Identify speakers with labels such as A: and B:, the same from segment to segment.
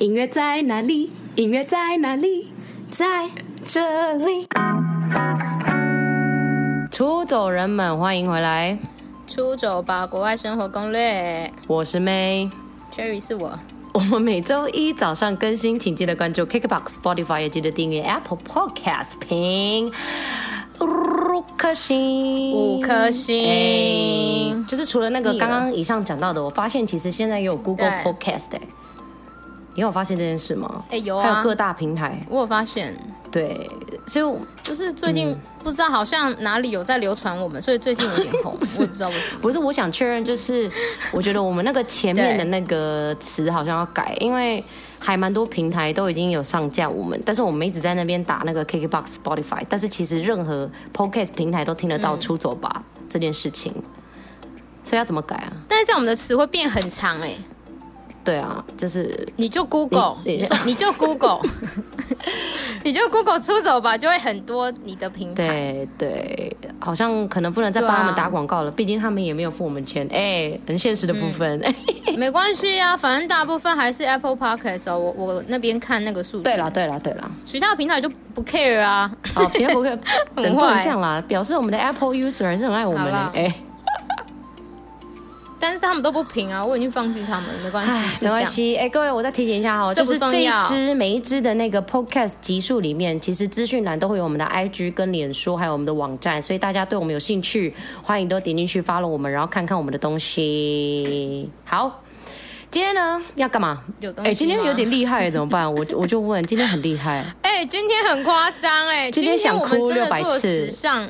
A: 音乐在哪里？音乐在哪里？
B: 在这里，
C: 出走人们，欢迎回来，
B: 出走吧！国外生活攻略
C: 我是 May。
B: ，Cherry 是我。
C: 我们每周一早上更新，请记得关注 Kickbox、Spotify，也记得订阅 Apple Podcast，评五颗星，
B: 五颗星
C: 哎就是除了那个
B: 腻了
C: 刚刚以上讲到的，我发现其实现在也有 Google
B: 对
C: Podcast 哎、你有发现这件事吗？
B: 哎有啊
C: 还有各大平台，
B: 我有发现，
C: 对，所以我
B: 就是最
C: 嗯
B: 近不知道好像哪里有在流传我们，所以最近有点 红，我也不知道为什么。
C: 不是，我想确认，就是我觉得我们那个前面的那个词好像要改，因为还蛮多平台都已经有上架我们，但是我们一直在那边打那个 KKBox、Spotify，但是其实任何 Podcast 平台都听得到“出走吧”这件事情，所以要怎么改啊？
B: 但是在我们的词汇变很长哎、
C: 对啊，就是
B: 你就 Google，
C: 你
B: 你就你就 Google，你就 Google 出走吧，就会很多你的平台。
C: 对对，好像可能不能再帮
B: 对啊
C: 他们打广告了，毕竟他们也没有付我们钱，哎、很现实的部分。
B: 没关系啊，反正大部分还是 Apple Podcast 哦。我我那边看那个数 据，
C: 对啦，对啦，对啦。
B: 其他的平台就不 care 啊。
C: 哦，平 安不会，等
B: 很
C: 不能
B: 坏
C: 这样啦，表示我们的 Apple user 还是很爱我们
B: 好
C: 的
B: 啦，
C: 哎、
B: 但是他们都不评啊，我已经放弃他们了，没关系
C: 唉，，
B: 就
C: 没
B: 这
C: 关
B: 样。
C: 系。哎、各位，我再提醒一下哈，
B: 这
C: 就
B: 不
C: 是
B: 重
C: 这一
B: 要
C: 支每一支的那个 podcast 集数里面，其实资讯栏都会有我们的 IG 跟脸书，还有我们的网站，所以大家对我们有兴趣，欢迎都点进去 follow 我们，然后看看我们的东西。好。今天呢要干嘛？
B: 有东
C: 哎、
B: 西
C: 今天
B: 吗
C: 有点厉害，怎么办？我我就问，今天很厉 害，
B: 哎、今天很夸张哎，
C: 今天想
B: 我
C: 哭
B: 们真的
C: 600
B: 做
C: 次
B: 时尚。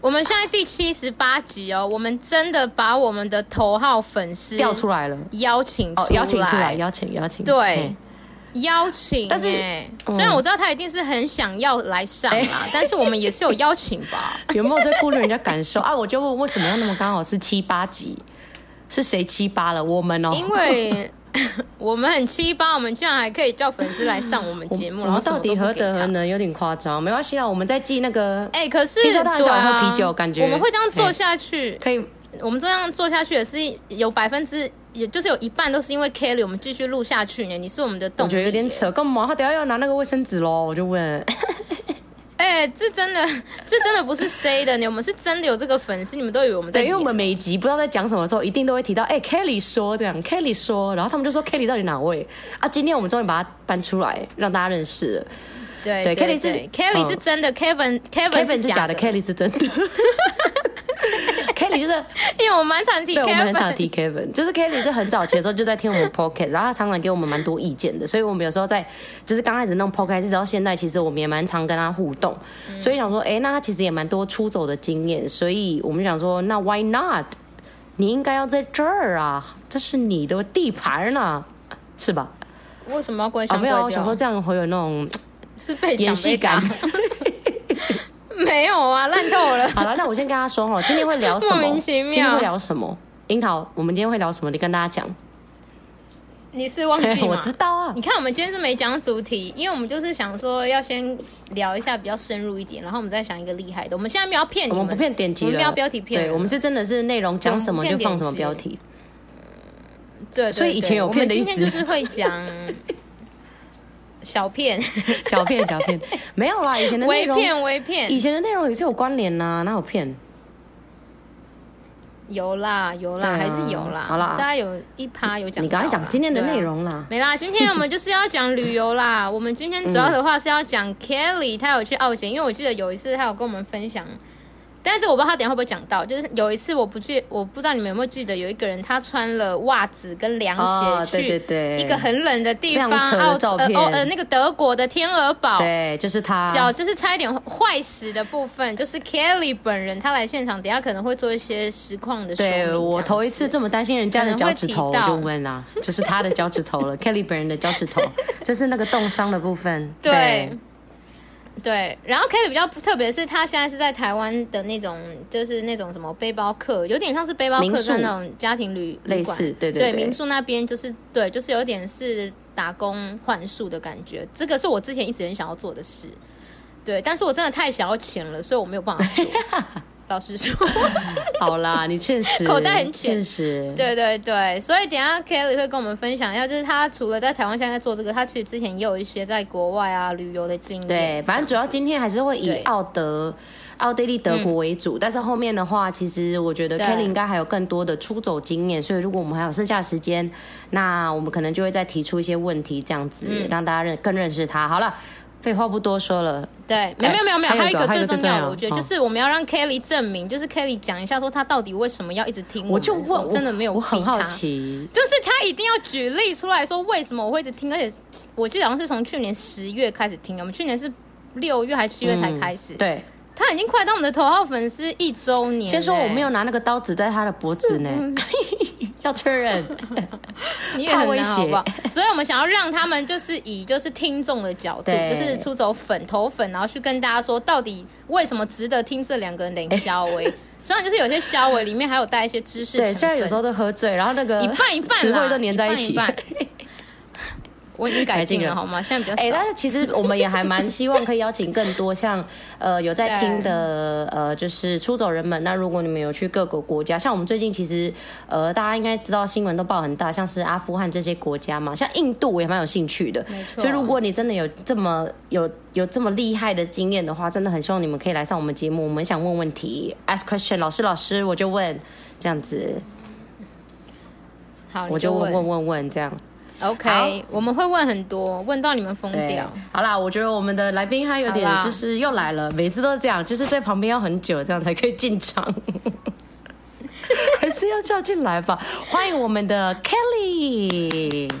B: 我们现在第七十八集哦，我们真的把我们的头号粉丝
C: 掉出来了，
B: 邀请出
C: 哦，
B: 来，
C: 邀请出来，邀请邀请，
B: 对。邀请、欸，
C: 但是嗯
B: 虽然我知道他一定是很想要来上啦，
C: 哎
B: 但是我们也是有邀请吧。
C: 有没有在顾虑人家感受啊？我就问为什么要那么刚好是七八集？是谁七八了？我 们哦，
B: 因为 我们很七八，我们居然还可以叫粉丝来上我们节目，
C: 我
B: 然后
C: 们
B: 什
C: 到
B: 么都
C: 底
B: 不
C: 何
B: 给
C: 德
B: 他
C: 何。能，有点夸张。没关系啦，我们在记那个，
B: 哎、可是
C: 听说他很喜欢
B: 对啊
C: 喝啤酒感觉
B: 我们会这样做下去，
C: 可以
B: 我们这样做下去也是有百分之，也就是有一半都是因为 Kelly，我们继续录下去呢。你是我们的
C: 我
B: 动力，
C: 觉得有点。扯，干嘛？他等一下要拿那个卫生纸喽，我就问，
B: 哎、这真的， 这真的不是 C 的呢，我们是真的有这个粉丝，你们都以为我们在
C: 对，因
B: 演
C: 为我们每一集不知道在讲什么的时候，一定都会提到，哎、k e l l y 说这样，Kelly 说，然后他们就说 Kelly 到底哪位啊？今天我们终于把它搬出来，让大家认识了。
B: 对
C: 对
B: 对
C: Kelly 是
B: 对 Kelly 是
C: 嗯
B: 真的，Kevin Kevin
C: Kevin 是假的，Kelly 是真的。Kelly 就是
B: 因为我蛮常提
C: 对，我们很常
B: Kevin，
C: 提 Kevin，就是 Kevin 是很早期的时候就在听我们 Podcast，然后他常常给我们蛮多意见的，所以我们有时候在就是刚开始弄 Podcast，一直到现在，其实我们也蛮常跟他互动，
B: 嗯
C: 所以想说，哎、那他其实也蛮多出走的经验，所以我们想说，那 Why not？你应该要在这儿啊，这是你的地盘呢、是吧？
B: 为什么要关
C: 啊、
B: 箱
C: 没
B: 关
C: 有，
B: 掉？
C: 想说这样会有那种
B: 是被
C: 演
B: 想
C: 戏
B: 被打。
C: 感。
B: 没有啊，烂透了。
C: 好了，那我先跟他说哈，今天会聊什么？
B: 莫名其妙
C: 今天会聊什么？樱桃，我们今天会聊什么？你跟大家讲。
B: 你是忘 记
C: 我
B: 吗
C: 知？道 啊
B: 你。看，我们今天是没讲主题，因为我们就是想说要先聊一下比较深入一点，然后我们再想一个厉害的。我们现在没有要骗哎你
C: 我们不骗点击
B: 哦我
C: 了，
B: 们不要标题骗人
C: 对，
B: 了。
C: 我们是真的是内容讲什么就放什么标题。
B: 对，对
C: 所以以前有骗的意思
B: 对我们今天就是会讲小 骗、
C: 小片小 片，没有啦，以前的内
B: 微
C: 容，
B: 骗、微
C: 以
B: 骗，
C: 前的内容也是有关联呐，哪有骗？
B: 有啦有啦，
C: 对
B: 还
C: 啊
B: 是有啦。
C: 好啦
B: 大家有一趴有讲到啦。
C: 你刚才讲今天的
B: 对啊
C: 内容啦，
B: 没啦，今天我们就是要讲旅游啦。我们今天主要的话是要讲 Kelly，她有去澳洲，因为我记得有一次她有跟我们分享，但是我不知道她等一下会不会讲到。就是有一次我不记，我不知道你们有没有记得，有一个人他穿了袜子跟凉
C: 哦
B: 鞋
C: 对对
B: 去
C: 对
B: 一个很冷的地方，
C: 非常扯的
B: 澳
C: 照
B: 呃
C: 片
B: 哦呃那个德国的天鹅堡。
C: 对，就是他。
B: 脚就是差一点坏死的部分，就是 Kelly 本人，她来现场，等一下可能会做一些实况的说明。
C: 对我头一
B: 这样子
C: 次这么担心人家的脚趾头，
B: 可
C: 我
B: 能会提
C: 就
B: 到
C: 问啦，就是他的脚趾头 了，Kelly 本人的脚趾头，就是那个冻伤的部分。
B: 对，对，然后 Kelly 比较特别的是，他现在是在台湾的那种，就是那种什么背包客，有点像是背包
C: 民
B: 客
C: 宿
B: 跟那种家庭旅
C: 类
B: 旅馆
C: 似对对对
B: 对民宿那边就是对，就是有点是打工换宿的感觉。这个是我 之前一直很想要做的事，对，但是我真的太想要钱了，所以我没有办法做。老实说，
C: 好啦，你确实
B: 口袋很浅
C: 确实
B: 对对对，所以等一下 Kelly 会跟我们分享一下，就是他除了在台湾现在在做这个，他其实之前也有一些在国外啊旅游的经验。
C: 对，反正主要今天还是会以
B: 对嗯
C: 奥德、奥地利、德国为主，但是后面的话，其实我觉得
B: 对
C: Kelly 应该还有更多的出走经验，所以如果我们还有剩下时间，那我们可能就会再提出一些问题，这样子、
B: 嗯
C: 让大家认更认识他。好了，废话不多说了，
B: 对，没有没有没有没有，
C: 还哎有
B: 还有
C: 一
B: 一
C: 个
B: 个
C: 还有
B: 最
C: 一个
B: 重
C: 最重
B: 要
C: 要
B: 的，
C: 的
B: 我觉得
C: 哦
B: 就是我们要让 Kelly 证明，就是 Kelly 讲一下说他到底为什么要一直听们
C: 嗯我就问，
B: 我真的没有
C: 我很
B: 逼他
C: 好奇，
B: 就是他一定要举例出来说为什么我会一直听，而且我记得好像是从去年十月开始听，我们去年是六月还是七月
C: 嗯
B: 才开始，
C: 对，
B: 他已经快到我们的头号粉丝一周年嘞。
C: 先说我没有拿那个刀子在他的脖子呢， 要确 认。
B: 你也很
C: 怕威
B: 难，
C: 胁
B: 好不好？所以我们想要让他们就是以就是听众的角度，
C: 对
B: 就是出走粉头粉，然后去跟大家说到底为什么值得听这两个人的肖 维。虽然就是有些肖维里面还有带一些知识成
C: 对，
B: 分，
C: 虽然有时候都喝醉，然后那个
B: 一半一半啦
C: 词汇都粘在一起。
B: 一半 一半我已经改进
C: 改进
B: 了
C: 了
B: 好吗？现在比较
C: 哎、
B: 少。
C: 但是其实我们也还蛮希望可以邀请更多像呃有在听的呃就是出走人们。那如果你们有去各个国家，像我们最近其实呃大家应该知道新闻都报很大，像是阿富汗这些国家嘛，像印度我也蛮有兴趣的。
B: 没错
C: 所以如果你真的有这么有有这么厉害的经验的话，真的很希望你们可以来上我们节目，我们想问问题，ask question，老师老师我就问这样子，
B: 好，
C: 我
B: 你就
C: 就问问问问这样。
B: OK，我们会问很多，问到你们疯
C: 对
B: 掉。，
C: 嗯好啦，我觉得我们的来宾他有点
B: 啊好啦
C: 就是又来了，每次都这样，就是在旁边要很久，这样才可以进场。还是要叫进来吧，欢迎我们的 Kelly，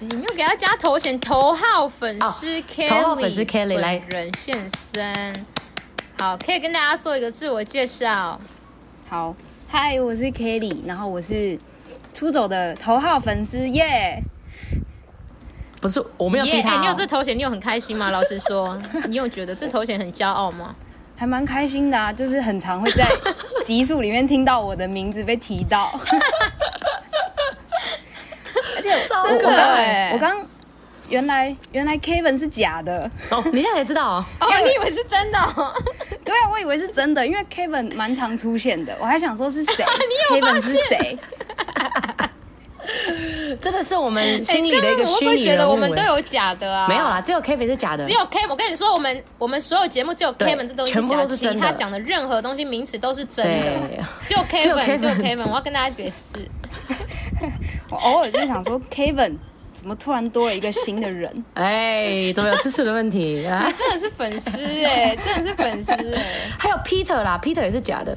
B: 你没有给他加头衔，头号粉丝 Kelly，、
C: 哦头号粉丝 Kelly，
B: 本
C: 来
B: 人现身。好，可以跟大家做一个自我介绍。
D: 好，嗨，我是 Kelly，然后我是出走的头号粉丝耶。
C: 不是我没有逼
B: 耶
C: 他、
B: 哎
C: 哦
B: 你有这头衔，你有很开心吗？老实说， 你有觉得这头衔很骄 傲吗？
D: 还蛮开心的啊，就是很 常会在集数里面听到我的名字被提到。而且我
B: 真
D: 我
B: 的
D: 刚
B: 欸
D: 我刚原来原来 Kevin 是假的，
C: 哦，你现在才知 道、哦，
B: 哦，你以为是真的、哦？
D: 对啊，我以为是真的，因为 Kevin 蛮常出现的，我还想说是 谁
B: 有发
D: ，Kevin 是谁？
C: 真的是我们 心里的一个
B: 我会
C: 虚
B: 不会
C: 拟
B: 觉
C: 人
B: 得
C: 物
B: 我们
C: 哎
B: 都有假的啊？
C: 没有啦，只有 Kevin 是假的
B: 只，有 K，我跟你说，我们我们所有节目只有
C: 对
B: Kevin 这东西
C: 全部都
B: 假的，
C: 是
B: 其
C: 真的
B: 他讲的任何东西名词都是真的
C: 对，
B: 只有
C: 只有
B: Kevin，
C: Kevin
B: 只有 Kevin，我要跟大家解释。
D: 我偶尔就想说 Kevin 怎么突然多了一个新的 人？
C: 哎，怎么有吃素的问题啊？
B: 真的是粉丝哎、真的是粉丝哎、
C: 还有 Peter 啦，Peter 也是假的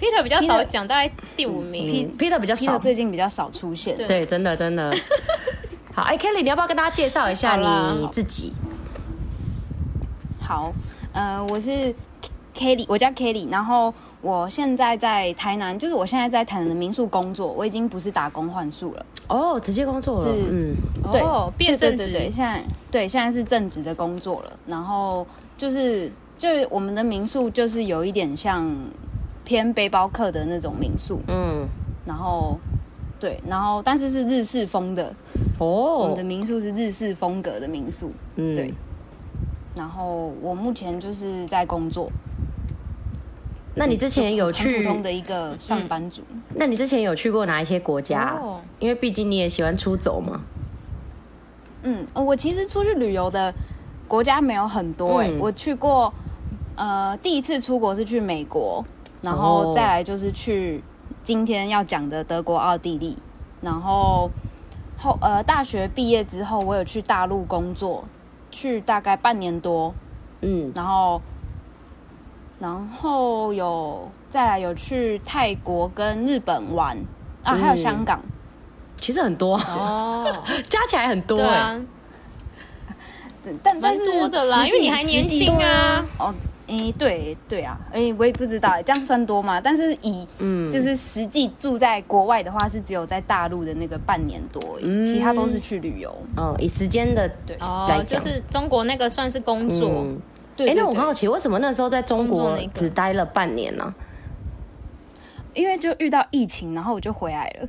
B: Peter 比较少讲，大概第五名。
C: 嗯，Peter 比较
D: p
C: 少
D: e，最近比较少出现，
C: 对，真的真 的。好，哎，Kelly，你要不要跟大家介绍一下
B: 好啦
C: 你自己？
D: 好，呃，我是 K- Kelly，我叫 Kelly，然后我现在在台南，就是我现在在台南的民宿工作，我已经不是打工换宿了，
C: 哦，直接工作了，
D: 是
C: 嗯，
D: 对
B: 哦，变
D: 对
B: 正
D: 对
B: 直，
D: 对对，现在对现在是正职的工作了，然后就是就是我们的民宿就是有一点像偏背包客的那种民宿，
C: 嗯，
D: 然后对，然后但是是日式风的，我们
C: 哦
D: 的，民宿是日式风格的民宿，
C: 嗯，
D: 对然后我目前就是在工作，
C: 那你之前有
D: 很普
C: 去？
D: 通的一个上班族。
C: 那你之前有去过哪一些国家？
B: 哦
C: 因为毕竟你也喜欢出走嘛。
D: 嗯，呃我其实出去旅游的国家没有很多哎、
C: 嗯
D: 我去过，呃，第一次出国是去美国，然后
C: 哦
D: 再来就是去今天要讲的德国、奥地利，然后后呃大学毕业之后，我有去大陆工作，去大概半年多，
C: 嗯，
D: 然后然后有再来有去泰国跟日本玩啊，还有
C: 嗯
D: 香港，
C: 其实很多，啊
B: 哦，
C: 加起来很多
B: 对
C: 哎、
B: 啊，
D: 但
B: 蛮
D: 但是
B: 多的啦
D: 实
B: 因
D: 际
B: 为你还年轻啊。
D: 实际哦，诶、对对啊，诶、我也不知道、这样算多吗？但是以
C: 嗯，
D: 就是实际住在国外的话，是只有在大陆的那个半年多而已，
C: 嗯
D: 其他都是去旅游。
C: 哦，以时间的
D: 对
B: 哦
C: 来，
B: 就
C: 讲，
B: 是中国那个算是工作，
C: 嗯。
D: 对
C: 哎，
D: 对
C: 那我
D: 对
C: 很好奇，为什么那时候在中
B: 工作
C: 国
B: 那个
C: 只待了半年呢、
D: 因为就遇到疫情，然后我就回来了。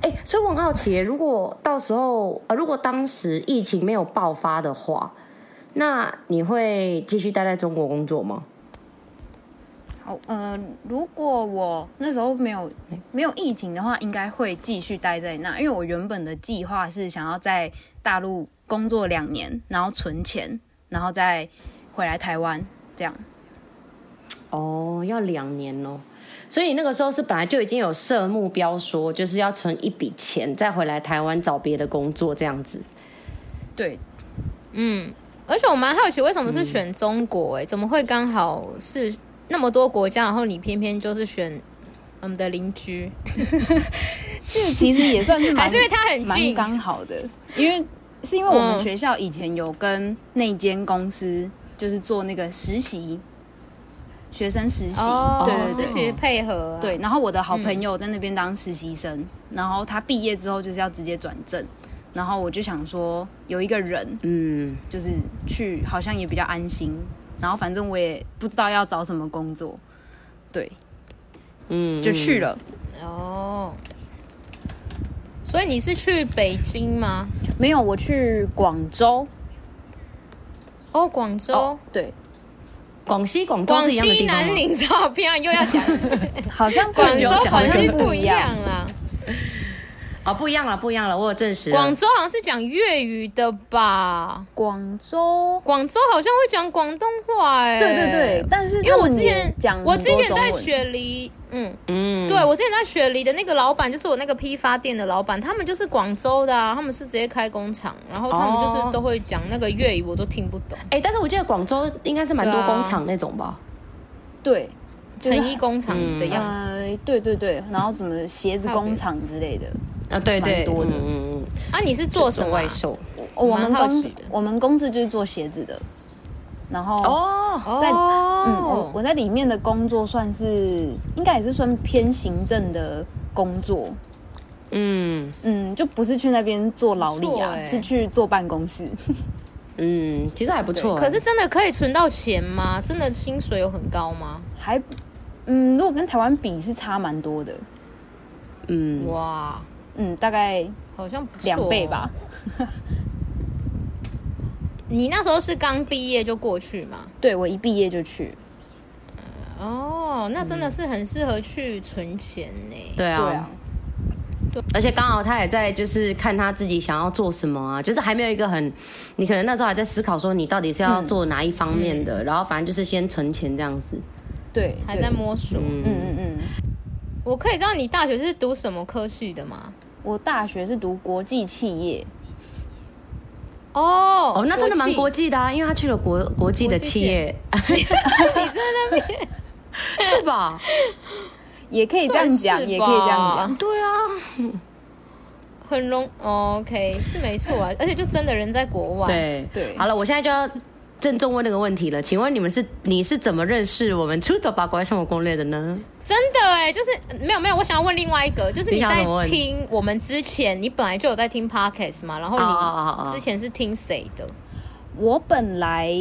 C: 哎、所以我很好奇耶，如果到时候呃，如果当时疫情没有爆发的话，那你会继续待在中国工作吗？
D: 好，呃，如果我那时候没有没有疫情的话，应该会继续待在那，因为我原本的计划是想要在大陆工作两年，然后存钱，然后再回来台湾这样。
C: 哦，要两年哦。所以你那个时候是本来就已经有设目标说，就是要存一笔钱，再回来台湾找别的工作这样子。
D: 对，
B: 嗯，而且我蛮好奇，为什么是选中国、欸？哎、怎么会刚好是那么多国家，然后你偏偏就是选我们的邻居？
D: 这个 其实也算是蛮
B: 还是因为它很
D: 蛮
B: 近
D: 刚好的，因为是因为我们
B: 嗯
D: 学校以前有跟那间公司就是做那个实习，学生实习，对对对
B: 哦是。去配合、啊，
D: 对，，然后我的好朋友在那边当实习生，然后他毕业之后就是要直接转正，然后我就想说有一个人
C: 嗯，
D: 就是去好像也比较安心，然后反正我也不知道要找什么工作，对，
C: 嗯，
D: 就去了。
B: 哦。所以你是去北京吗？
D: 没有，我去广州，
B: 哦，广州、
D: 对，
C: 广西、广州
B: 广
C: 是一样的
B: 西
C: 地方
B: 南
C: 吗？
B: 宁，照片啊又要 讲
D: 好像不
B: 广
D: 能
B: 州，
D: 讲
B: 好像
D: 跟
B: 是
D: 不
B: 不
D: 一
B: 一
D: 样
B: 样。啊啦。
C: 哦，不一样了，不一样了，我有证
D: 啊
C: 实了。
B: 广州好像是讲粤语的吧？
D: 广州，
B: 广州好像会讲广东话、欸，
D: 对对对，，但是
B: 因为我之
D: 他们也
B: 前
D: 讲
B: 我
D: 很
B: 之
D: 多
B: 前
D: 中
B: 在
D: 文
B: 雪梨，嗯，
C: 嗯，
B: 对我之前在雪梨的那个老板，就是我那个批发店的老板，他们就是广州的啊，他们是直接开工厂，然后他们就是都会讲那个粤语，我都听不懂。
C: 哎、但是我记得广州应该是蛮多工厂那种吧？
D: 对，
B: 成衣工厂的样子、
D: 呃，对对对，然后怎么鞋子
B: 还有别
D: 工
B: 的
D: 厂之类的。
C: 啊，对对，
D: 蛮多的
C: 嗯嗯嗯，
B: 啊，你是做什
C: 做
B: 么啊、
C: 外售
D: 我
B: 蛮
D: 们
B: 好
D: 公
B: 奇
D: 司
B: 的
D: 我们公司就是做鞋子的，然后
C: 哦
B: 哦，
D: 在嗯，我我在里面的工作算是应该也是算偏行政的工作，
C: 嗯
D: 嗯，就不是去那边做劳
B: 不
D: 力
B: 错
D: 啊，
B: 欸
D: 是去做办公室。
C: 嗯，其实还不错。
B: 可是真的可以存到钱吗？真的薪水有很高吗？
D: 还嗯，如果跟台湾比是差蛮多的，
C: 嗯，
B: 哇，
D: 嗯，大概
B: 好像不错哦
D: 两倍吧。。
B: 你那时候是刚毕业就过去吗？
D: 对我一毕业就去，
B: 哦，那真的是很适合去存钱呢。
C: 对
D: 对啊
C: 啊，，而且刚好他也在就是看他自己想要做什么啊，就是还没有一个很，你可能那时候还在思考说你到底是
B: 嗯
C: 要做哪一方面的，然后反正就是先存钱这样子。
D: 对，
B: 还
D: 对
B: 在摸索。
D: 嗯嗯嗯。
B: 我可以知道你大学是读什么科系的吗？
D: 我大学是读国际企业，
B: 哦，
C: 哦，那真的蛮国
B: 际
C: 际的啊，因为他去了国国际的企业， 是吧？
D: 也可以这样讲，
B: 算是吧
D: 也可以这样讲。
C: 对啊，
B: 很容、哦、，OK 是没 错啊，而且就真的人在国外。，
C: 对
D: 对
C: 好了，我现在就要郑重问那个问题了，请问你们是你是怎么认识我们《出走吧国外生活攻略》的呢？
B: 真的哎，就是没有没有，我想要问另外一个，就是
C: 你
B: 你
C: 想
B: 在
C: 怎么问
B: 听我们之前，你本来就有在听 Podcast 嘛，然后
C: 哦哦哦
B: 你
C: 哦
B: 之前是听谁的？
D: 我本来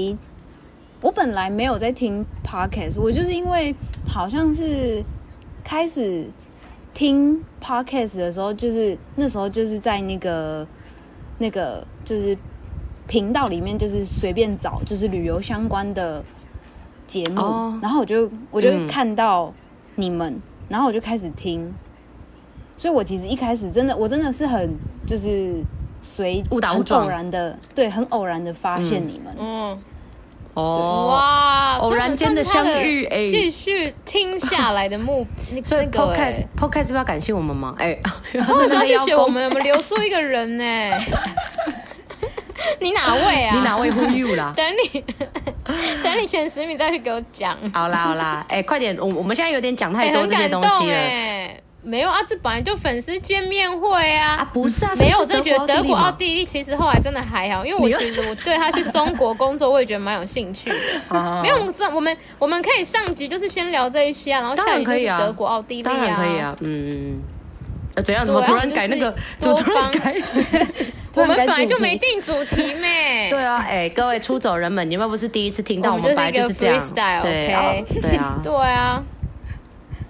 D: 我本来没有在听 podcast，我就是因为好像是开始听 podcast 的时候，就是那时候就是在那个那个就是频道里面，就是随便找就是旅游相关的节目，
C: 哦
D: 然后我就我就
C: 嗯
D: 看到你们，然后我就开始听。所以我其实一开始真的，我真的是很就是随
C: 误打误
D: 很
C: 撞
D: 偶然的，对，很偶然的发现你们。
B: 嗯，
C: 哦，
B: 哇，
C: 偶然间的相遇
B: 哎，
C: 哎
B: 继续听下来的目那
C: 所以
B: 那个哎
C: podcast、podcast 要感谢我们吗？ 哎、
B: 哦，
C: 真的
B: 真的谢谢
C: 邀功
B: 我们，我们留住一 个人呢、你哪位啊？
C: 你哪位呼吁 啦？
B: 等你，等你前十名再去给我讲。
C: 好啦好啦，哎、快点，我我们现在有点讲太
B: 哎
C: 多
B: 很
C: 这些
B: 感
C: 东
B: 动
C: 西了、
B: 哎、没有啊，这本来就粉丝见面会啊。
C: 啊，不是啊，
B: 没有，
C: 是
B: 我真的觉得德国奥
C: 奥
B: 地利其实后来真的还好，因为我
C: 你又
B: 其实我对他去中国工作，我也觉得蛮有兴 趣的。
C: 吗，
B: 没有，我们这我们我们可以上集就是先聊这一些、啊，然后
C: 当
B: 下
C: 然
B: 集就
C: 可以
B: 是
C: 啊
B: 德国、奥地利
C: 当然可以。啊，嗯。呃怎样？怎
B: 对
C: 么
B: 啊
C: 突然改那个？怎
B: 我
C: 么
B: 们就是
C: 突然 改？
D: 突
B: 我
D: 然
B: 们本
D: 改主
B: 来就
D: 题
B: 没定主题 咩？
C: 对啊，哎，各位出走人们，你们不是第一次听到，
B: 我
C: 我
B: 们
C: 们本来
B: 就是一
C: 就
B: 个
C: 是这样哦
B: freestyle，，
C: 对
B: OK
C: 啊，对啊，
B: 对啊，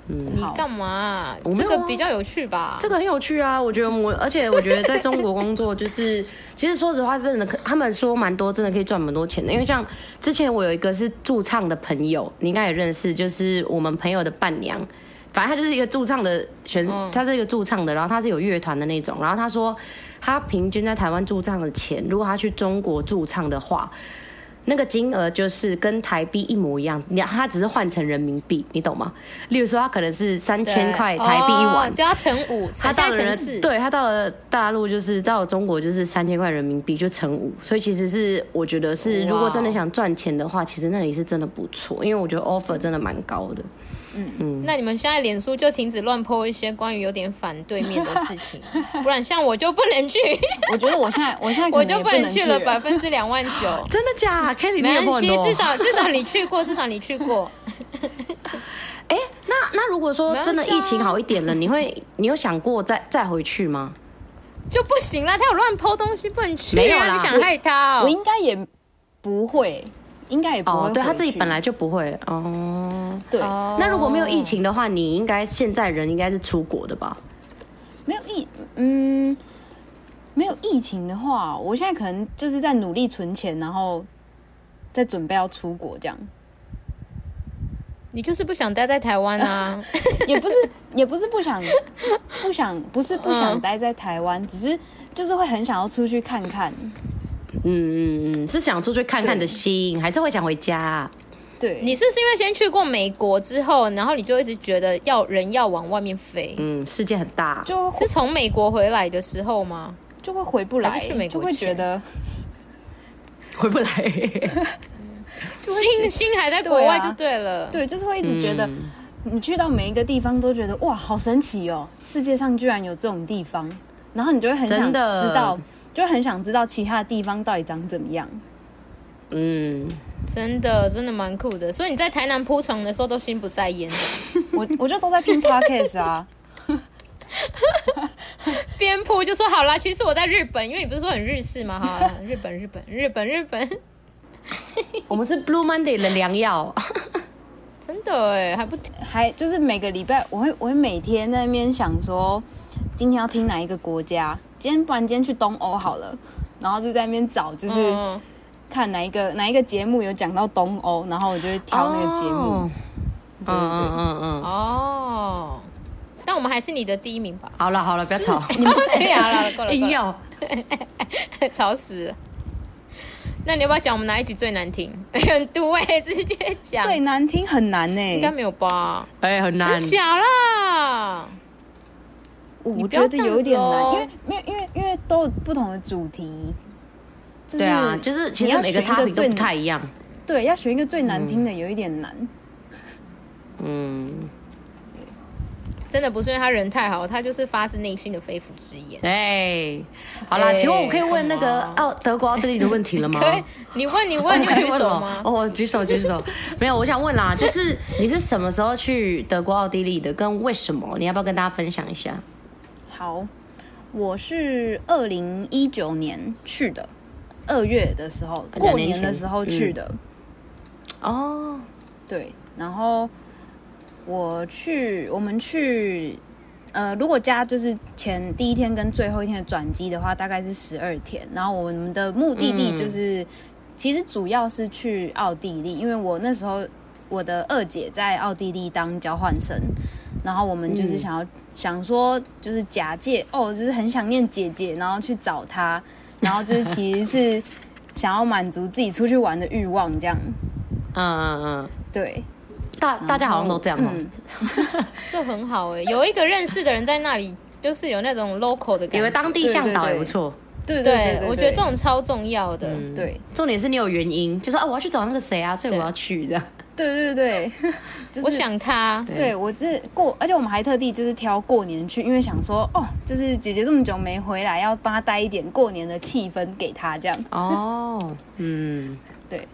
B: 你干嘛啊、
C: 我没
B: 这
C: 有
B: 个
C: 啊
B: 比较有趣吧？
C: 这个很有趣啊，我觉得我，而且我觉得在中国工作，就是其实说实话，真的可，他们说蛮多，真的可以赚蛮多钱的。因为像之前我有一个是驻唱的朋友，你应该也认识，就是我们朋友的伴娘，反正她就是一个驻唱的选，
B: 嗯
C: 她是一个驻唱的，然后她是有乐团的那种，然后她说她平均在台湾驻唱的钱，如果她去中国驻唱的话。那个金额就是跟台币一模一样，你她只是换成人民币，你懂吗？例如说，她可能是三
B: 对
C: 千块台币一晚
B: 哦，就要乘五，
C: 他
B: 乘
C: 到
B: 现
C: 了
B: 在乘四，
C: 对他到了大陆就是到了中国就是三千块人民币就乘五，所以其实是我觉得是
B: 哇
C: 如果真的想赚钱的话，其实那里是真的不错，因为我觉得 offer 真的蛮高的。。
B: 那你们现在脸书就停止乱 po 一些关于有点反对面的事情，不然像我就不能去，
D: 我觉得我现在 我现在可
B: 我
D: 能也
B: 就
D: 不
B: 能
D: 能
B: 去了百分之两万九
C: 真的假？Kelly 你
B: 没
C: 也很
B: 关系，
C: 多。
B: 至少至少你去过，至少你去 过。
C: 哎，那那如果说真的
B: 没关系啊
C: 疫情好一点了，你会你有想过再再回去吗？
B: 就不行啦，他有乱抛东西，不能去、啊。
C: 没有啦
B: 你想害他、
D: 我
B: 哦？
D: 应该也不会，应该也不会回
C: 哦
D: 去。，
C: 对他自己本来就不会哦。
D: 对，
B: 哦
C: 那如果没有疫，情的话，你应该现在人应该是出国的吧？
D: 没有疫，嗯，没有疫情的话，我现在可能就是在努力存钱，然后再准备要出国，这样
B: 哦你就是不想待在台湾 啊？
D: 也不是也不是不想不想不是不想待在台湾，只是就是会很想要出去看看。
C: 嗯嗯嗯，是想出去看看的
D: 对
C: 心，还是会想回家啊、
D: 对，
B: 你是不是因为先去过美国之后，然后你就一直觉得要人要往外面飞？
C: 嗯，世界很大，
D: 就是
B: 从美国回来的时候吗？
D: 就会回不来
B: 还是去美，国
D: 就会觉得
C: 回不来。
B: 心心还在国外
D: 对啊
B: 就对了。
D: 对，就是会一直觉得
C: 嗯
D: 你去到每一个地方都觉得哇，好神奇哦，世界上居然有这种地方，然后你就会很想
C: 真的
D: 知道，就会很想知道其他的地方到底长怎么样。
C: 嗯，
B: 真的真的蛮酷的。所以你在台南铺床的时候都心不在焉的，
D: 我我就都在听 podcast 啊，
B: 边铺就说好啦，其实我在日本，因为你不是说很日式吗？哈，日本日本日本日本，
C: 我们是 Blue Monday 的良 药，
B: 真的哎，还不停
D: 还就是每个礼拜我会我会每天在那边想说，今天要听哪一个国家，今天不然今天去东欧好了，然后就在那边找，就是
B: 嗯
D: 看哪一个哪一个节目有讲到东欧，然后我就会挑那个节目
C: 哦。嗯嗯嗯嗯，
B: 哦。但我们还是你的第一名 吧。
C: 好了好了，不要 吵，
B: 对啊，好了够了够
C: 硬
B: 了，
C: 要。
B: 吵死了。那你要不要讲我们哪一集最难听？ 很毒哎，直接讲，
D: 最
B: 应
D: 难听很难欸呢、
B: 该没有吧？
C: 哎，很难
B: 真。假啦？你
D: 我
B: 不要
D: 觉
B: 这
D: 得
B: 样
D: 有点
B: 子
D: 难，因
B: 哦
D: 为没有，因为因为都有不同的主题。就是、
C: 对啊，就是其
D: 你
C: 实
D: 要
C: 每个
D: 选一个
C: topic 都
D: 最
C: 不太一样。
D: 对，要选一个最难听的有一点难。
C: 嗯，
B: 真的不是因为他人太好，他就是发自内心的肺腑之言。
C: 哎，好啦，
B: 哎
C: 请问我可以问那个
B: 干嘛
C: 奥德国奥地利的问题
D: 啊
C: 了吗？
B: 可以，你问你问，你有
C: 可以
B: 举
C: 问
B: 手
C: 了
B: 吗？
C: 哦，我举手举手。没有，我想问啦，就是你是什么时候去德国奥地利的，跟为什么？你要不要跟大家分享一下？
D: 好，我是二零一九年去的，二月的时候，
C: 两
D: 过
C: 年
D: 年的
C: 前
D: 时候
C: 嗯
D: 去的。
C: 哦，
D: 对，然后我去，我们去，呃，如果加就是前第一天跟最后一天的转机的话，大概是十二天。然后我们的目的地就是，其实主要是去奥地利，因为我那时候我的二姐在奥地利当交换生，然后我们就是
C: 嗯
D: 想要、想说，就是假借哦，就是很想念姐姐，然后去找她，然后就是其实是想要满足自己出去玩的欲望，这样
C: 嗯嗯嗯。
D: 对。
C: 大大家好像都这样哦，
D: 嗯
B: 这很好哎、有一个认识的人在那里，就是有那种 local 的感觉。
C: 有个当地向导
D: 对对对
C: 也不错。
B: 对
D: 对对嗯对，
B: 我觉得这种超重要的。
D: 对
C: 重点是你有原因，就说啊，我要去找那个谁啊，所以
B: 对
C: 我要去这样。
D: 对对对， 就是
B: 我想他，
D: 对我这过，而且我们还特地就是挑过年去，因为想说哦，就是姐姐这么久没回来，要帮她带一点过年的气氛给她，这样
C: 哦，嗯，
D: 对。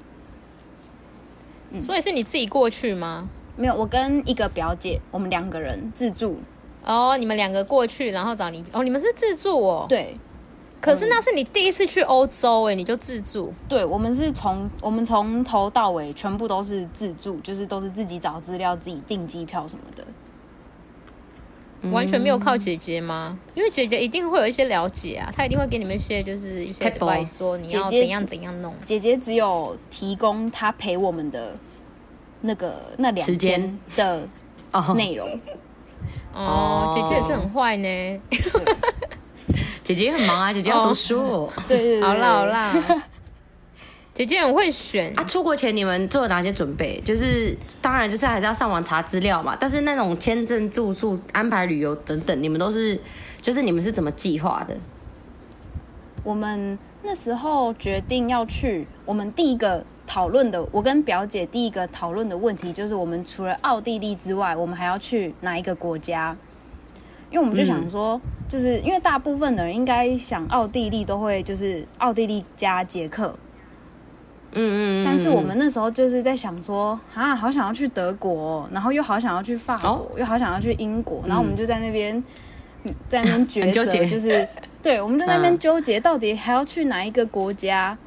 B: 所以是你自己过去吗？
D: 没有，我跟一个表姐，我们两个人自助，
B: 哦、你们两个过去，然后找你哦你们是自助哦。。
D: 对
B: 可是那是你第一次去欧洲哎、你就自助。
D: 对，我们是从我们从头到尾全部都是自助，就是都是自己找资料、自己订机票什么的。
B: 完全没有靠姐姐吗？因为姐姐一定会有一些了解啊，她一定会给你们一些就是一些
C: Pebble
B: advice，说你要
D: 姐姐
B: 怎样怎样弄。
D: 姐姐只有提供她陪我们的那个那两
C: 时间
D: 天的
C: 哦，
D: 内容，
B: 哦
C: 哦，
B: 姐姐也是很坏呢。
C: 姐姐也很忙啊，姐姐要读书。
D: 对对对，
B: 好啦好
D: 对，
B: 啦，姐姐很会选
C: 啊，。出国前你们做了哪些准备？就是当然就是还是要上网查资料嘛，但是那种签证、住宿、安排旅游等等，你们都是就是你们是怎么计划的？
D: 我们那时候决定要去，我们第一个讨论的，我跟表姐第一个讨论的问题就是，我们除了奥地利之外，我们还要去哪一个国家？因为我们就想说，就是因为大部分的人应该想奥地利都会就是奥地利加捷克，
C: 嗯嗯嗯。
D: 但是我
C: 嗯
D: 们那时候就是在想说，啊，好想要去德国哦、然后又好想要去法国，
C: 哦
D: 又好想要去英国，然后我们就在那边、嗯在那边抉
C: 很纠
D: 择，
C: 结
D: 就是对，我们就在那边
C: 嗯
D: 纠结到底还要去哪一个国家。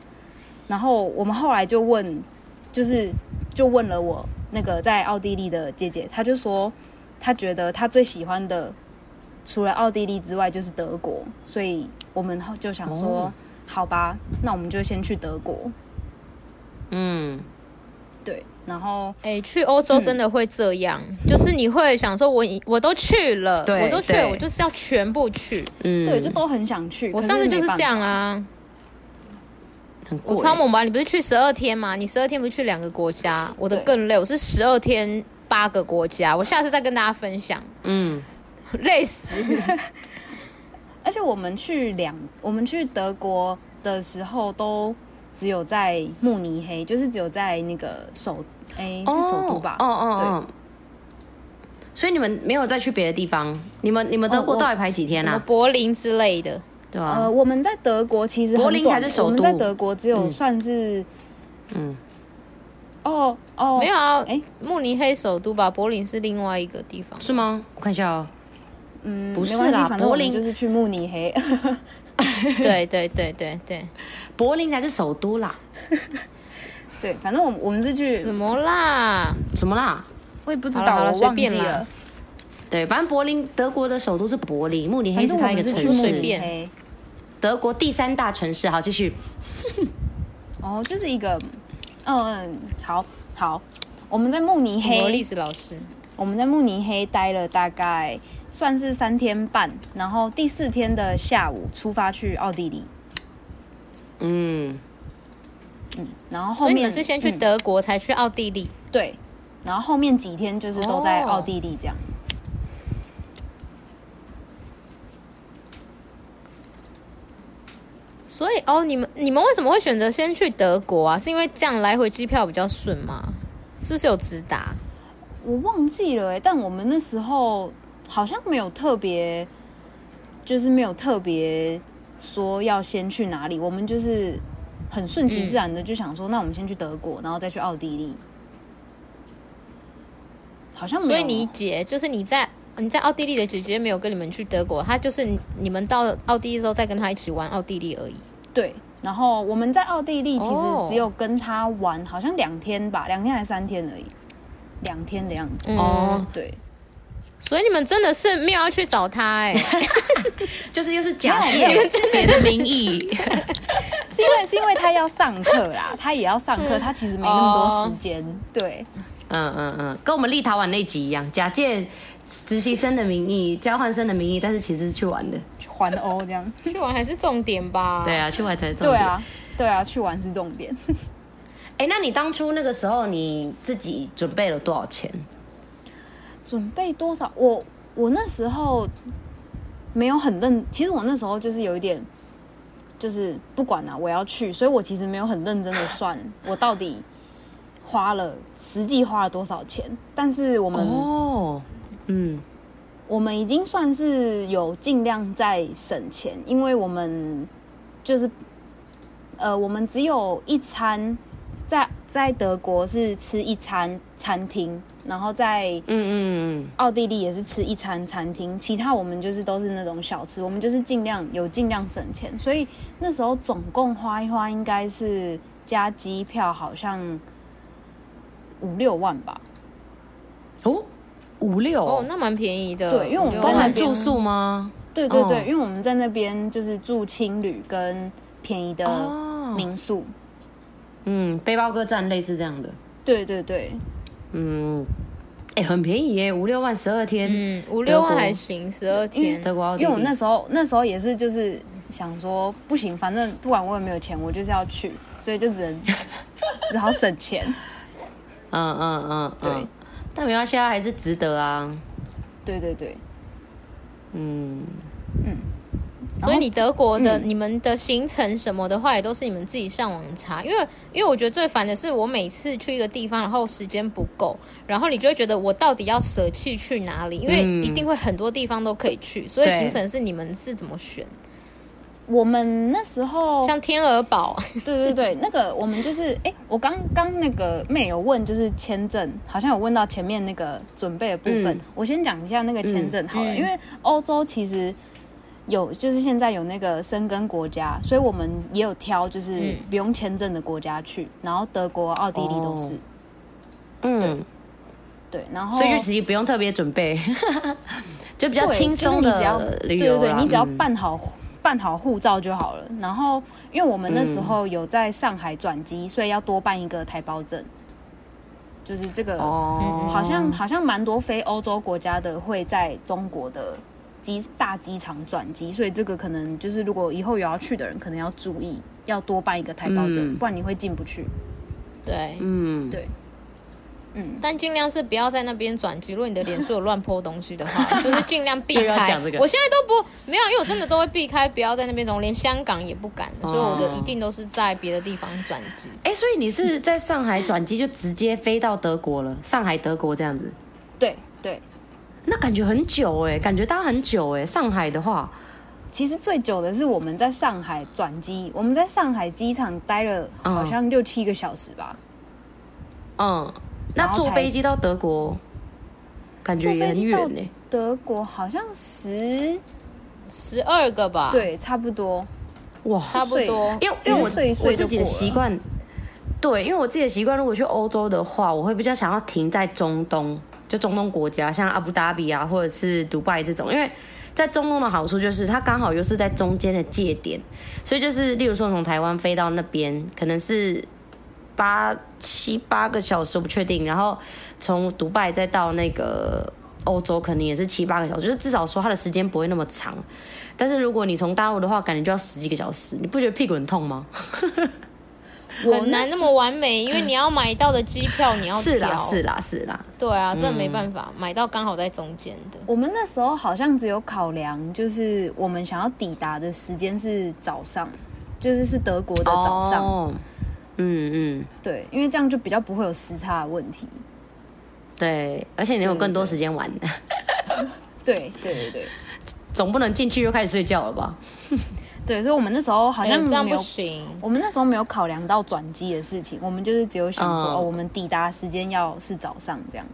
D: 然后我们后来就问，就是就问了我那个在奥地利的姐姐，她就说她觉得她最喜欢的除了奥地利之外就是德国，所以我们后就想说，
C: 哦
D: 好吧，那我们就先去德国。
C: 嗯
D: 对，然后
B: 哎、去欧洲真的会这样，就是你会想说我已，我都去了，
C: 对
B: 我都去了，
C: 对
B: 我就是要全部去。
C: 嗯，
D: 对，就都很想去。
B: 我
D: 可
B: 上次
D: 没
B: 就是
D: 办
B: 这样
D: 法，
B: 啊，
C: 很
B: 我
C: 贵
B: 超猛吧？你不是去十二天吗？你十二天不是去两个国家，我的更累，我是十二天八个国家，我下次再跟大家分享，
C: 嗯
B: 累死。
D: 而且我们去两，我们去德国的时候都只有在慕尼黑，就是只有在那个首，哎、是首都吧？
C: 哦哦哦。所以你们没有再去别的地方？你们你们德国
D: 哦我
C: 到底排几天
B: 什么
C: 啊？
B: 柏林之类的，
C: 对啊
D: 对。
C: 吧、
D: 呃，我们在德国其实很
C: 柏林
D: 短
C: 才是
D: 我
C: 首
D: 们
C: 都
D: 在德国只有
C: 嗯
D: 算是，
C: 嗯，
D: 哦哦，
B: 没有啊？
D: 哎
B: 慕尼黑首都吧，柏林是另外一个地 方。
C: 是吗？我看一下哦。
D: 嗯，
C: 不
D: 没
C: 是
D: 关系
C: 啦
D: 反正我
C: 柏
D: 们
C: 林
D: 就是去慕尼黑。
B: 对对对对对，
C: 柏林才是首都啦，
D: 对，反正我们我们是去
B: 什，么啦？
C: 什么啦？
D: 我也不知
B: 好了
D: 道，
B: 好了
D: 我
B: 随
D: 忘记
B: 便啦
D: 了。
C: 对，反正柏林，德国的首都是柏林，慕尼黑是
D: 反正我
C: 它一
D: 们
C: 个
D: 是
C: 城
D: 去慕
B: 随
C: 市，
D: 尼
B: 便
D: 黑，
C: 德国第三大城市。好，继续。
D: 哦，就是一个，嗯嗯，好好，我们在慕尼
B: 什么
D: 黑
B: 历史老师？
D: 我们在慕尼黑待了大概算是三天半，然后第四天的下午出发去奥地利，
C: 嗯，
D: 然后后
B: 所以你
D: 面
B: 们是先去
D: 嗯
B: 德国，才去奥地利。
D: 对，然后后面几天就是都在奥地利这样。
B: 所以哦，你们你们为什么会选择先去德国啊？是因为这样来回机票比较顺吗？是不是有直达？
D: 我忘记了哎、但我们那时候好像没有特别，就是没有特别说要先去哪里，我们就是很顺其自然的就想说，那我们先去德国，然后再去奥地利。好像没有，
B: 所以你姐就是你在你在奥地利的姐姐没有跟你们去德国，她就是你你们到奥地利之后再跟她一起玩奥地利而已。
D: 对，然后我们在奥地利其实
B: 哦
D: 只有跟他玩，好像两天吧，两天还是三天而已，两天的样子。
C: 哦，
D: 对，
B: 所以你们真的是没有要去找她哎、
C: 就是又是假
D: 没有没
C: 借别的名义，
D: 是因为是因为他要上课啦，他也要上课，他其实没那么多时间。对，
C: 嗯嗯嗯，跟我们立陶宛那集一样，假借实习生的名义、交换生的名义，但是其实是去玩的。
D: 去环欧这样。
B: 去玩还是重点吧。
C: 对啊，去玩才是重
D: 对
C: 点。
D: 啊，对啊，去玩是重点。
C: 哎、那你当初那个时候你自己准备了多少钱？
D: 准备多少？我我那时候没有很认，其实我那时候就是有一点，就是不管啦、我要去，所以我其实没有很认真的算我到底花了实际花了多少钱。但是我们、
C: 哦，嗯，
D: 我们已经算是有尽量在省钱，因为我们就是呃，我们只有一餐在在德国是吃一餐餐厅，然后在
C: 嗯嗯
D: 奥地利也是吃一餐餐厅，其他我们就是都是那种小吃，我们就是尽量有尽量省钱，所以那时候总共花一花应该是加机票好像五六万吧，
C: 嗯，哦，五六
B: 哦，那蛮便宜的。
D: 对因为我们
C: 包
D: 在那
C: 含
D: 边
C: 住宿吗？
D: 对对对，
C: 哦
D: 因为我们在那边就是住青旅跟便宜的
C: 哦
D: 民宿。
C: 嗯，背包客栈类似这样的，
D: 对对对，
C: 嗯，哎、很便宜耶，五六万十二天，
B: 嗯，五
C: 德
B: 六
C: 国
B: 万还行，十二天。
C: 德国奥地利，
D: 因为我那时候那时候也是就是想说不行，反正不管我有没有钱，我就是要去，所以就只 能只好省钱。
C: 嗯嗯嗯，
D: 对
C: 嗯，但没关系啊，还是值得啊，
D: 对对对，
C: 嗯，
B: 所以你德国的、你们的行程什么的话，也都是你们自己上网查，因为因为我觉得最烦的是，我每次去一个地方，然后时间不够，然后你就会觉得我到底要舍弃去哪里？因为
C: 嗯
B: 一定会很多地方都可以去，所以
C: 对
B: 行程是你们是怎么选？
D: 我们那时候
B: 像天 鹅堡，
D: 对对对，那个我们就是，哎、我刚刚那个妹有问，就是签证，好像有问到前面那个准备的部分，
C: 嗯
D: 我先讲一下那个签证好了，
B: 嗯
D: 因为欧洲其实有，就是现在有那个生根国家，所以我们也有挑就是
B: 嗯
D: 不用签证的国家去，然后德国、奥地利都是，
C: 哦嗯，
D: 对，然后
C: 所以就其实不用特别准备， 就比较
D: 对
C: 轻松的
D: 就是你只要
C: 旅游啦
D: 对对对，你只要
C: 嗯
D: 办好、办好护照就好了。然后，因为我们那
C: 嗯
D: 时候有在上海转机，所以要多办一个台胞证，就是这个、
C: 哦，
D: 嗯好像好像蛮多非欧洲国家的会在中国的机大机场转机，所以这个可能就是如果以后有要去的人，可能要注意要多办一个台胞证，
C: 嗯
D: 不然你会进不去。
B: 对，
C: 嗯，
D: 对，嗯，
B: 但尽量是不要在那边转机。如果你的脸书有乱泼东西的 话，就是尽量避
C: 又要
B: 开
C: 讲。这个
B: 我现在都不没有，因为我真的都会避开，不要在那边转，我连香港也不敢，所以我的
C: 哦
B: 一定都是在别的地方转机。
C: 哎、所以你是在上海转机就直接飞到德国了，上海德国这样子，
D: 对对。
C: 那感觉很久哎、感觉搭很久哎、上海的话，
D: 其实最久的是我们在上海转机，我们在上海机场待了
C: 嗯
D: 好像六七个小时吧。
C: 嗯，那
D: 然后
C: 坐
D: 才
C: 飞机到德国，感觉
D: 坐
C: 也
D: 飞
C: 很
D: 机
C: 远
D: 到
C: 哎、
D: 德国好像十
B: 十二个吧，，
D: 对差不多，
C: 哇，
B: 差不多。
C: 因为
D: 其
C: 因
D: 实
C: 为我
D: 睡一
C: 我
D: 睡就
C: 自己的
D: 过了
C: 习惯，对，因为我自己的习惯，如果去欧洲的话，我会比较想要停在中东，就中东国家，像阿布达比啊，或者是迪拜这种，因为。在中东的好处就是，它刚好又是在中间的界点，所以就是，例如说从台湾飞到那边，可能是八七八个小时，我不确定。然后从迪拜再到那个欧洲，可能也是七八个小时，就是至少说它的时间不会那么长。但是如果你从大陆的话，感觉就要十几个小时，你不觉得屁股很痛吗？
D: 我
B: 很难那么完美，因为你要买到的机票你要
C: 是啦，
B: 挑
C: 是啦，是啦。
B: 对啊，真的没办法，买到刚好在中间的。
D: 我们那时候好像只有考量，就是我们想要抵达的时间是早上，就是是德国的早上，
C: 哦，嗯嗯，
D: 对，因为这样就比较不会有时差的问题。
C: 对，而且你有更多时间玩，
D: 对对对对
C: 总不能进去就开始睡觉了吧？
D: 对，所以我们那时候好
B: 哎
D: 像
B: 这样
D: 没
B: 不
D: 有
B: 行，
D: 我们那时候没有考量到转机的事情，我们就是只有想说，
C: 嗯
D: 哦，我们抵达时间要是早上这样。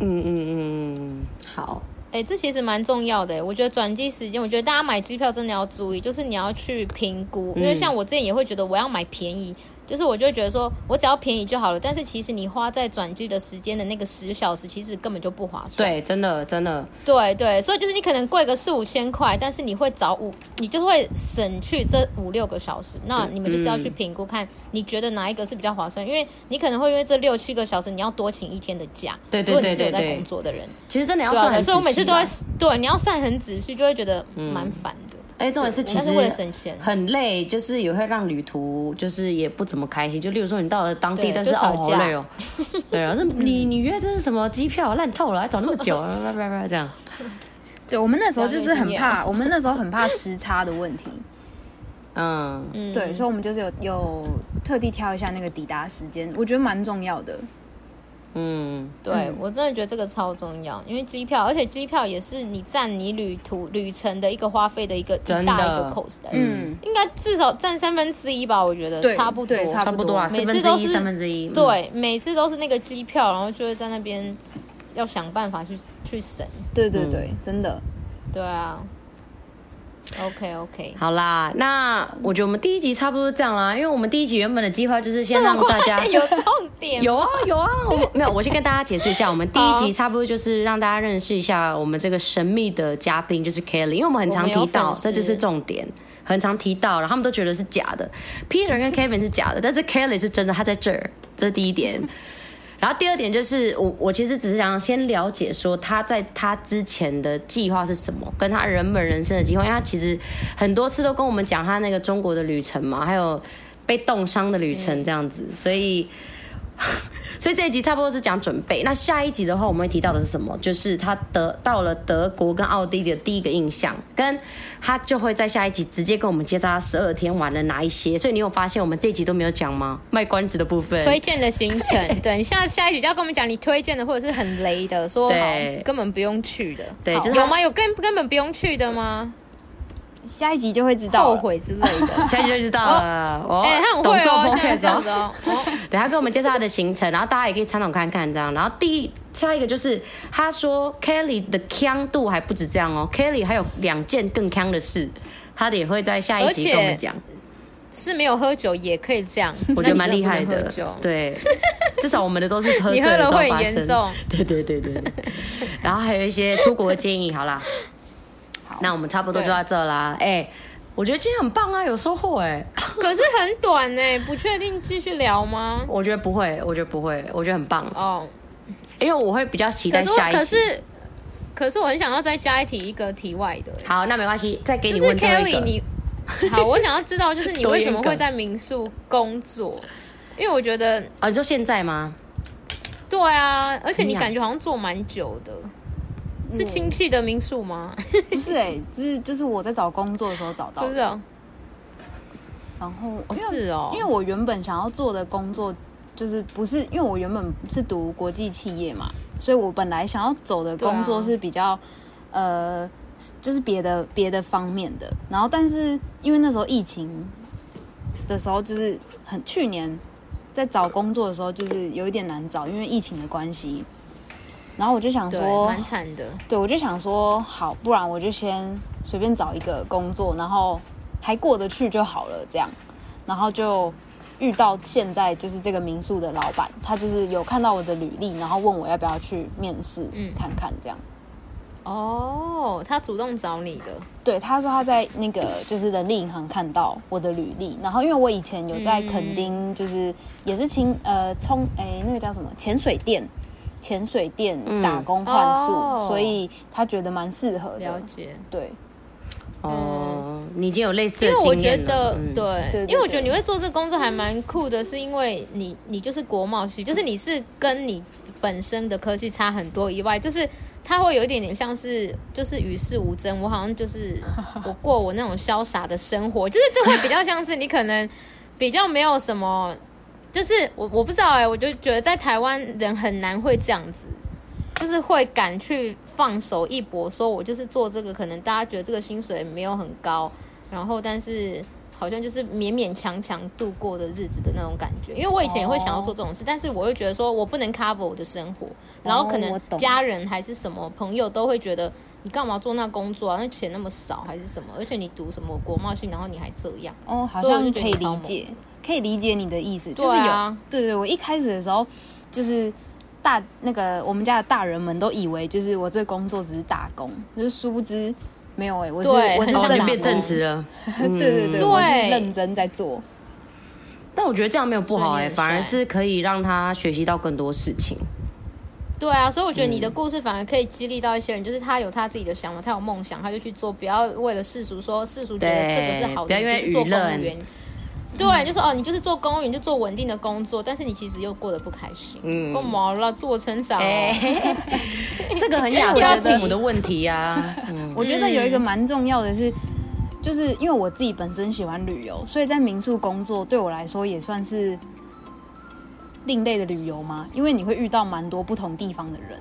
C: 嗯嗯嗯，好，
B: 哎、这其实蛮重要的。哎我觉得转机时间，我觉得大家买机票真的要注意，就是你要去评估，因为像我之前也会觉得我要买便宜，就是我就会觉得说我只要便宜就好了。但是其实你花在转机的时间的那个十小时，其实根本就不划算。
C: 对，真的真的，
B: 对对，所以就是你可能贵个四五千块，但是你会早五，你就会省去这五六个小时。那你们就是要去评估看，你觉得哪一个是比较划算？因为你可能会因为这六七个小时，你要多请一天的假。
C: 对对
B: 如果你
C: 对
B: 是有
C: 对
B: 在
C: 对
B: 工作的人，
C: 其实真的要
B: 对啊
C: 算
B: 对，
C: 很
B: 所以我每次都会
C: 仔细
B: 对你要算很仔细，就会觉得嗯蛮烦的。
C: 啦，哎，重点是其
B: 但是
C: 实
B: 为了省钱，
C: 很累，就是哎也会让旅途就是也不怎么开心。就例如说你到了当地，
B: 对
C: 但是
B: 就
C: 哦
B: 吵
C: 好
B: 架
C: 累哦，对啊，是 你你约这是什么机票烂透了，还找那么久， 叭叭叭叭这样。
D: 对，我们那时候就是很
B: 了
D: 怕，我们那时候很怕时差 的问题。
C: 嗯，
B: 嗯，
D: 对，所以我们就是有有特地挑一下那个抵达时间，我觉得蛮重要的。
C: 嗯，
B: 对、我真的觉得这个超重要，因为机票，而且机票也是你占你旅途旅程的一个花费的一个
C: 真的
B: 一大一个 cost，
D: 嗯，
B: 应该至少占三分之一吧，我觉得
D: 对
B: 差不多。
D: 对
C: 差不多啊，四
B: 每
C: 分
B: 次
C: 之
B: 都
C: 一，
B: 是
C: 三分之一。嗯，
B: 对，每次都是那个机票，然后就会在那边要想办法去去省。
D: 对对对，真的。
B: 对啊， OK OK，
C: 好啦，那我觉得我们第一集差不多这样啦，因为我们第一集原本的计划就是先让大家
B: 有重点，
C: 有啊有啊，我们没有，我先跟大家解释一下，我们第一集差不多就是让大家认识一下我们这个神秘的嘉宾，就是 Kelly，因为我们很常提
B: 我们有粉
C: 到，
B: 丝
C: 这就是重点。很常提到，然后他们都觉得是假的。Peter 跟 Kevin 是假的，但是 Kelly 是真的，他在这儿，这是第一点。然后第二点就是，我我其实只是想先了解说他在他之前的计划是什么，跟他人本人生的计划，因为他其实很多次都跟我们讲他那个中国的旅程嘛，还有被冻伤的旅
B: 嗯
C: 程这样子，所以。 所以这一集差不多是讲准备。那下一集的话，我们会提到的是什么？就是他得到了德国跟奥地利的第一个印象，跟他就会在下一集直接跟我们介绍他十二天玩了哪一些。所以你有发现我们这一集都没有讲吗？卖关子的部分，
B: 推荐的行 程，对，你下下一集就要跟我们讲你推荐的或者是很雷的，说好
C: 对
B: 根本不用去的，
C: 对
B: 好
C: 就是他。
B: 有吗？有根根本不用去的吗？
D: 下一集就会知道
B: 后
D: 了。
B: 悔之类的
C: 下一集就知道 了。 哦，
B: 哎、他很
C: 懂
B: 会
C: 做
B: 哦，现在
C: podcast
B: 这样子哦。哦
C: 等他跟我们介绍他的行程，然后大家也可以参考看看这样。然后第一下一个就是他说 Kelly 的腔度还不止这样哦，Kelly 还有两件更腔的事，他也会在下一集
B: 而且
C: 跟我们讲。
B: 是没有喝酒也可以这样，
C: 我觉得
B: 那
C: 蛮
B: 你
C: 厉害
B: 真不能喝
C: 的
B: 酒，
C: 对， 至少我们的都是喝醉
B: 你喝
C: 了
B: 了
C: 之后
B: 会
C: 发
B: 很严
C: 生
B: 重。
C: 对对对对对。然后还有一些出国的建议，好啦，那我们差不多就到这啦。哎，我觉得今天很棒啊，有收获哎。
B: 可是很短呢、不确定继续聊吗？
C: 我觉得不会，我觉得不会，我觉得很棒，
B: 哦，
C: 因为我会比较期
B: 可
C: 待
B: 是我
C: 下一
B: 可
C: 集。
B: 是可是我很想要再加一题一个题外的、
C: 好，那没关系，再给
B: 就
C: 你
B: 是
C: 问最后一
B: Kelly
C: 个。
B: 你。 好，我想要知道，就是你
C: 多
B: 为
C: 严
B: 什么会
C: 格
B: 在民宿工作？因为我觉得，
C: 啊，你说现在吗？
B: 对啊，而且
C: 你
B: 你
C: 想
B: 感觉好像做蛮久的，是亲戚的民宿吗？
D: 不是哎、就是就是我在找工作的时候找到
B: 不
D: 的，
B: 是哦，
D: 然后
B: 哦
D: 因为
B: 是哦，
D: 因为我原本想要做的工作就是不是，因为我原本是读国际企业嘛，所以我本来想要走的工作
B: 对啊
D: 是比较、呃，就是别的别的方面的。然后，但是因为那时候疫情的时候，就是很去年在找工作的时候，就是有一点难找，因为疫情的关系。然后我就想
B: 哦对，
D: 说，
B: 蛮惨的。
D: 对，我就想说，好，不然我就先随便找一个工作，然后还过得去就好了，这样。然后就遇到现在就是这个民宿的老板，他就是有看到我的履历，然后问我要不要去面试，
B: 嗯
D: 看看这样。
B: 哦，他主动找你的，
D: 对，他说他在那个就是人力银行看到我的履历，然后因为我以前有在
B: 嗯
D: 垦丁，就是也是清呃冲诶那个叫什么潜水店，潜水店打工换宿，
B: 哦
D: 所以他觉得蛮适合
B: 了
D: 的。
B: 解。
D: 对，
C: 哦，你已经有类似
B: 嗯因
C: 的
B: 为我
C: 经
B: 觉
C: 验了
B: 得，。
C: 嗯，
B: 对，
D: 啊对对
B: 因为我觉得你会做这个工作还蛮酷的，是因为你你就是国贸系，就是你是跟你本身的科系差很多以外，就是它会有一点点像是就是与世无争，我好像就是 我过我那种潇洒的生活，就是这会比较像是你可能比较没有什么，就是我我不知道哎、我就觉得在台湾人很难会这样子。就是会敢去放手一搏，说我就是做这个，可能大家觉得这个薪水没有很高，然后但是好像就是勉勉强强度过的日子的那种感觉。因为我以前也会想要做这种事，但是我会觉得说我不能 cover 我的生活，然后可
D: 我
B: 能
D: 懂
B: 家人还是什么朋友都会觉得你干嘛做那工作啊？那钱那么少还是什么？而且你读什么国贸系，然后你还这样，
D: 哦，好
B: 所以我
D: 像
B: 就觉得
D: 可以
B: 你超
D: 理
B: 猛
D: 解，可以理解你的意思，
B: 对
D: 就是有
B: 啊
D: 对对，我一开始的时候就是大那个我们家的大人们都以为就是我这工作只是打工，就是殊不知没有哎、我是
B: 对
D: 我是
B: 很
C: 哦，
B: 像
D: 正
C: 你
B: 打
D: 职
C: 变
B: 工
C: 正直 了。
D: 对对对，
B: 嗯
D: 我是
B: 对
D: 认真在做，
C: 但我觉得这样没有不好
B: 所
C: 哎、
B: 以你很
C: 反而
B: 帅
C: 是可以让他学习到更多事情。
B: 对啊，所以我觉得你的
C: 嗯
B: 故事反而可以激励到一些人，就是他有他自己的想法，他有梦想，他就去做，不要为了世俗说世俗觉得这个是好
C: 对
B: 的，
C: 不要因为
B: 你就是做
C: 舆
B: 公
C: 论
B: 务员。对，就说哦，你就是做公务员，就做稳定的工作，但是你其实又过得不开心，
C: 嗯
B: 够毛了，自我成长、哦。
C: 哎、这个很亚洲
B: 因为我觉
C: 父
B: 得
C: 母的问题 啊。嗯
D: 我觉得有一个蛮重要的是。就是因为我自己本身喜欢旅游，所以在民宿工作对我来说也算是另类的旅游嘛。因为你会遇到蛮多不同地方的人，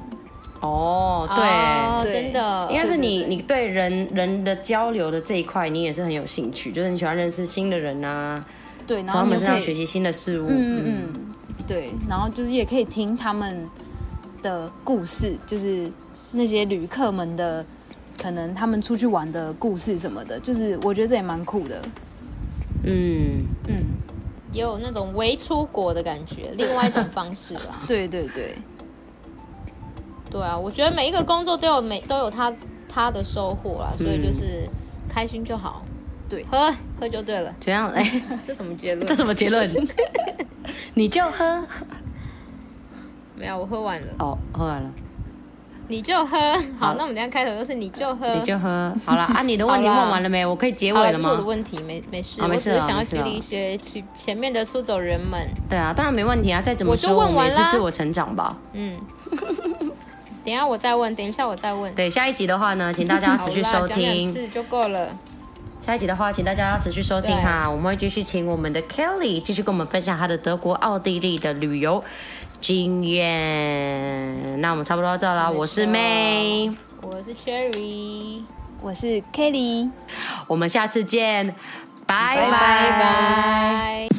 C: 哦，
B: 哦
C: 对，
D: 对
B: 真的，
C: 应该是你
D: 对对对
C: 你对人人的交流的这一块，你也是很有兴趣，就是你喜欢认识新的人啊，
D: 对，然
C: 从
D: 后
C: 他
D: 你
C: 们
D: 就
C: 身
D: 可
C: 上
D: 以
C: 学习新的事物。
D: 嗯嗯，嗯，对，然后就是也可以听他们的故事，就是那些旅客们的可能他们出去玩的故事什么的，就是我觉得这也蛮酷的。
C: 嗯，
D: 嗯，
B: 也有那种微出国的感觉，另外一种方式啦。
D: 对对对，
B: 对啊，我觉得每一个工作都有每都有他他的收获
C: 嗯
B: 啦，所以就是开心就好。
D: 对
B: 喝喝就对了，
C: 怎样？哎、
B: 这什么结论？
C: 这什么结 论？你就喝
B: 没有，我喝完了，
C: 哦，喝完了，
B: 你就喝。好，
C: 好
B: 那我们等一下开头就是你就喝，
C: 你就 喝好了啊！你的问题
B: 好
C: 问
B: 啦
C: 完了没？我可以结
B: 好
C: 尾
B: 了，
C: 了
B: 这是我的
C: 吗？
B: 问题，没没事，
C: 啊
B: 我
C: 没
B: 只
C: 事啊
B: 是想要
C: 没事
B: 激
C: 啊
B: 励一些去前面的出走人们。
C: 对啊，当然没问题啊！再怎么
B: 我就
C: 说，
B: 问
C: 我们也
B: 完啦
C: 是自我成长吧。
B: 嗯，等一下我再问，等一下我再问。
C: 对，下一集的话呢，请 大家持续
B: 好
C: 收
B: 啦讲两
C: 听。
B: 次就够了。
C: 下一集的话，请大家要持续收听哈，我们会继续请我们的 Kelly 继续跟我们分享她的德国、奥地利的旅游经验。那我们差不多到这啦，我是 May，
B: 我是 Cherry，
D: 我是 Kelly。
C: 我们下次见，拜
B: 拜
C: 拜
B: 拜。